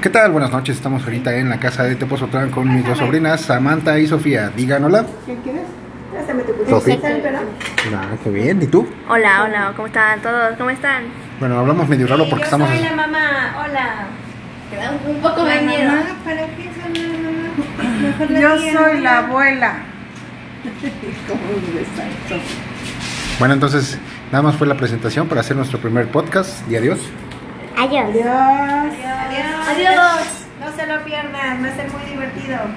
¿Qué tal? Buenas noches, estamos ahorita en la casa de Tepozotlán con mis dos sobrinas, Samantha y Sofía. Digan hola. ¿Quién quién es? Ya se me te Sofi. ¿Saben, verdad? Ah, qué bien, ¿y tú? Hola, hola, ¿cómo están todos? ¿Cómo están? Bueno, hablamos medio raro porque estamos... mamá, hola. un poco La de miedo. mamá, ¿para qué son las mamás? Mejor la Yo tía, soy ¿no? la abuela. Bueno, entonces, nada más fue la presentación para hacer nuestro primer podcast. Y adiós. Adiós. Dios. Adiós. Adiós. No se lo pierdan, va a ser muy divertido.